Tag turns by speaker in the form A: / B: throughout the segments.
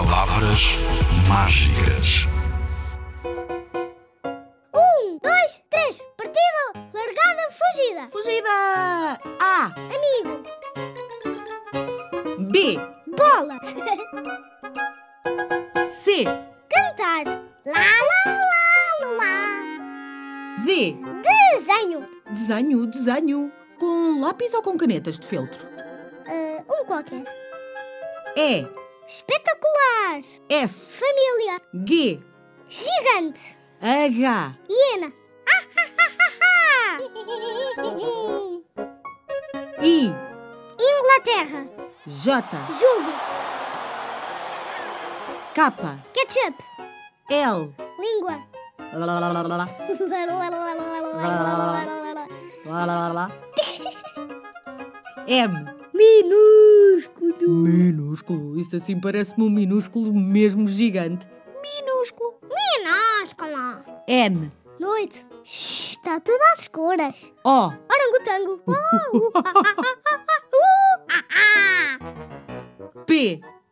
A: Palavras mágicas.
B: Um, dois, três, partida, largada, fugida.
C: Fugida! A.
B: Amigo,
C: B.
B: bola,
C: C.
B: cantar, lá, lá, lá, lá, lá.
C: D.
B: Desenho,
C: Desenho, desenho. Com lápis ou com canetas de feltro?
B: Ah, um qualquer.
C: E.
B: Espetacular,
C: F.
B: família,
C: G.
B: gigante,
C: H.
B: hiena. Ah, ah, ah, ah, ah.
C: I.
B: Inglaterra,
C: J.
B: jogo,
C: K.
B: ketchup,
C: L.
B: língua.
C: Lá, lá, lá, lá, lá, lá. Lá, lá, lá, lá. M.
B: Minúsculo.
C: Minúsculo. Isso assim parece-me um minúsculo mesmo gigante.
B: Minúsculo. Minúsculo.
C: N.
B: Noite. Shhh, Está tudo às escuras.
C: O.
B: Orangotango. Uau. Ah, ah, ah, ah, ah, uh, ah, ah.
C: P.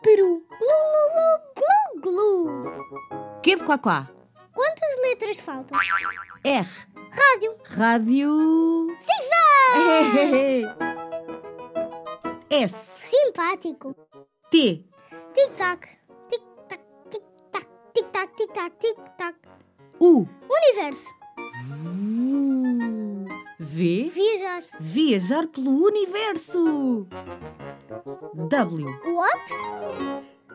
B: Peru. Glu, glu, glu, glu, glu.
C: Q de quá, quá.
B: Quantas letras faltam?
C: R.
B: Rádio.
C: Rádio.
B: Zigzag.
C: S.
B: Simpático.
C: T.
B: Tic-tac. Tic-tac. Tic-tac. Tic-tac. Tic-tac. Tic-tac.
C: U.
B: Universo.
C: V.
B: Viajar.
C: Viajar pelo universo. W.
B: What?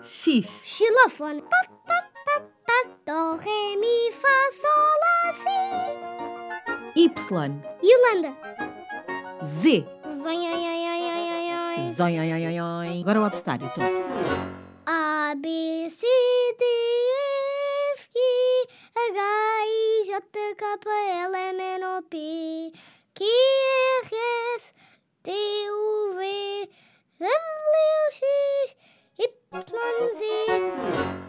C: X.
B: Xilofone. Ta, ta, ta, ta, do, ré, mi, fá, sol, lá, si.
C: Y.
B: Yolanda.
C: Z.
B: Zonhonhonhonhonhonhon.
C: Zoi, oi, oi, oi. Agora o abcedário todo.
B: A, B, C, D, E, F, G, H, I, J, K, L, M, N, O, P, Q, R, S, T, U, V, W, X, Y, Z.